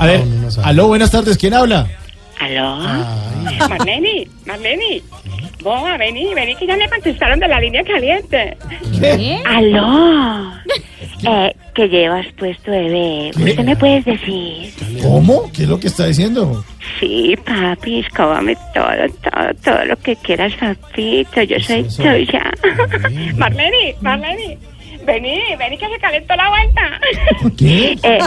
A ver, aló, buenas tardes, ¿quién habla? ¿Aló? Mameni, Mameni. Boa, vení, vení, que ya me contestaron de la línea caliente. ¿Aló? Eh, ¿Qué llevas puesto, bebé? ¿Usted me puedes decir? ¿Cómo? ¿Qué es lo que está diciendo? Sí, papi, cómame todo, todo, todo lo que quieras, papito. Yo soy eso? tuya. Marlene, Marlene. Vení, vení que se calentó la vuelta. ¿Qué? Eh,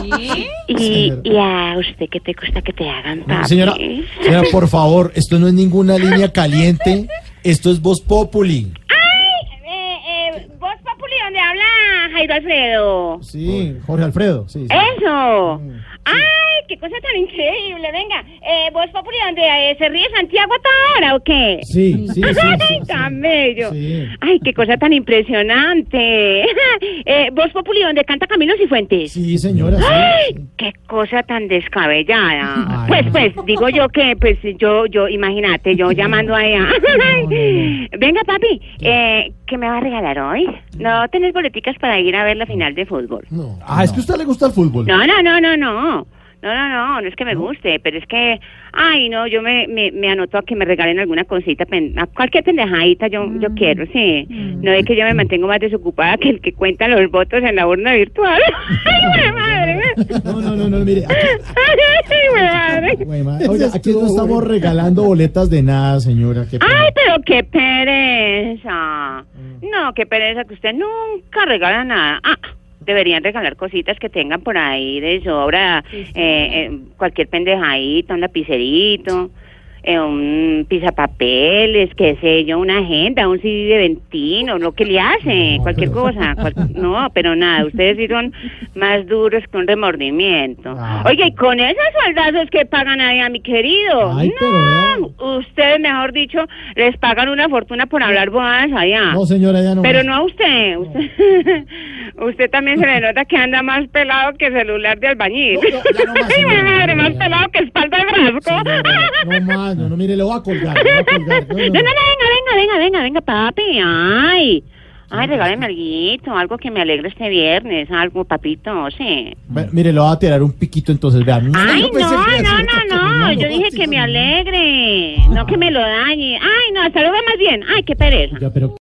y, y a usted que te gusta que te hagan, papi. Señora, señora, por favor, esto no es ninguna línea caliente, esto es Voz Populi. ¡Ay! Eh, eh, Voz Populi, donde habla Jairo Alfredo. Sí, Jorge Alfredo. Sí, sí. ¿Eh? ¡Eso! ¡Ay! ¡Qué cosa tan increíble! Venga, eh, Voz Populi, donde eh, se ríe Santiago a toda hora, ¿o qué? Sí, sí, sí, ¡Ay, sí, sí. tan bello! Sí. ¡Ay, qué cosa tan impresionante! eh, Voz Populi, donde canta Camilo Cifuentes. Sí, señora. sí. ¡Ay, qué cosa tan descabellada! Ay. Pues, pues, digo yo que, pues, yo, yo, imagínate, yo llamando a ella. Venga, papi, eh, ¿qué me va a regalar hoy? No tenés boleticas para ir a ver la final de fútbol. No, ah, es que a usted le gusta el fútbol. No, no, no, no, no. No, no, no, no es que me guste, pero es que, ay, no, yo me, me, me anoto a que me regalen alguna cosita, pen- a cualquier pendejadita yo, yo quiero, sí. No es que yo me mantengo más desocupada que el que cuenta los votos en la urna virtual. ¡Ay, mi madre! No, no, no, no, mire. aquí- ¡Ay, mi madre! güey, ma- Oiga, aquí no estamos regalando boletas de nada, señora. qué pena. ¡Ay, pero qué pereza! Mm. No, qué pereza que usted nunca regala nada. Ah, deberían regalar cositas que tengan por ahí de sobra. eh, eh, cualquier pendejadito, un lapicerito, eh, un pizapapeles, qué sé yo, una agenda, un CD de Ventino, lo que le hace, No, cualquier pero- cosa. cual- no, pero nada, ustedes sí son más duros que un remordimiento. Ah. Oye, y con esos soldazos que pagan ahí a mi querido. Ay, pero vea. no, ustedes, mejor dicho, les pagan una fortuna por hablar bobadas allá. No, señora, ya no. Pero no a usted. Usted, usted también se le nota que anda más pelado que celular de albañil. No, no, ya no más, Ay, mi señora, madre, ya, más ya. pelado que espalda de No, rasgo. no más, no, no, mire, le voy a colgar. Le voy a colgar. No, no, no, venga, venga, venga, venga, venga, papi. Ay. Ay, regáleme algo, algo que me alegre este viernes, algo, papito, sí. Bueno, mire, le voy a tirar un piquito entonces, vean. Ay, Yo no, pensé que iba no, a no, ser otra cosa. no, yo dije que me alegre, no que me lo dañe. Ay, no, saluda más bien. Ay, qué pereza. Ya, pero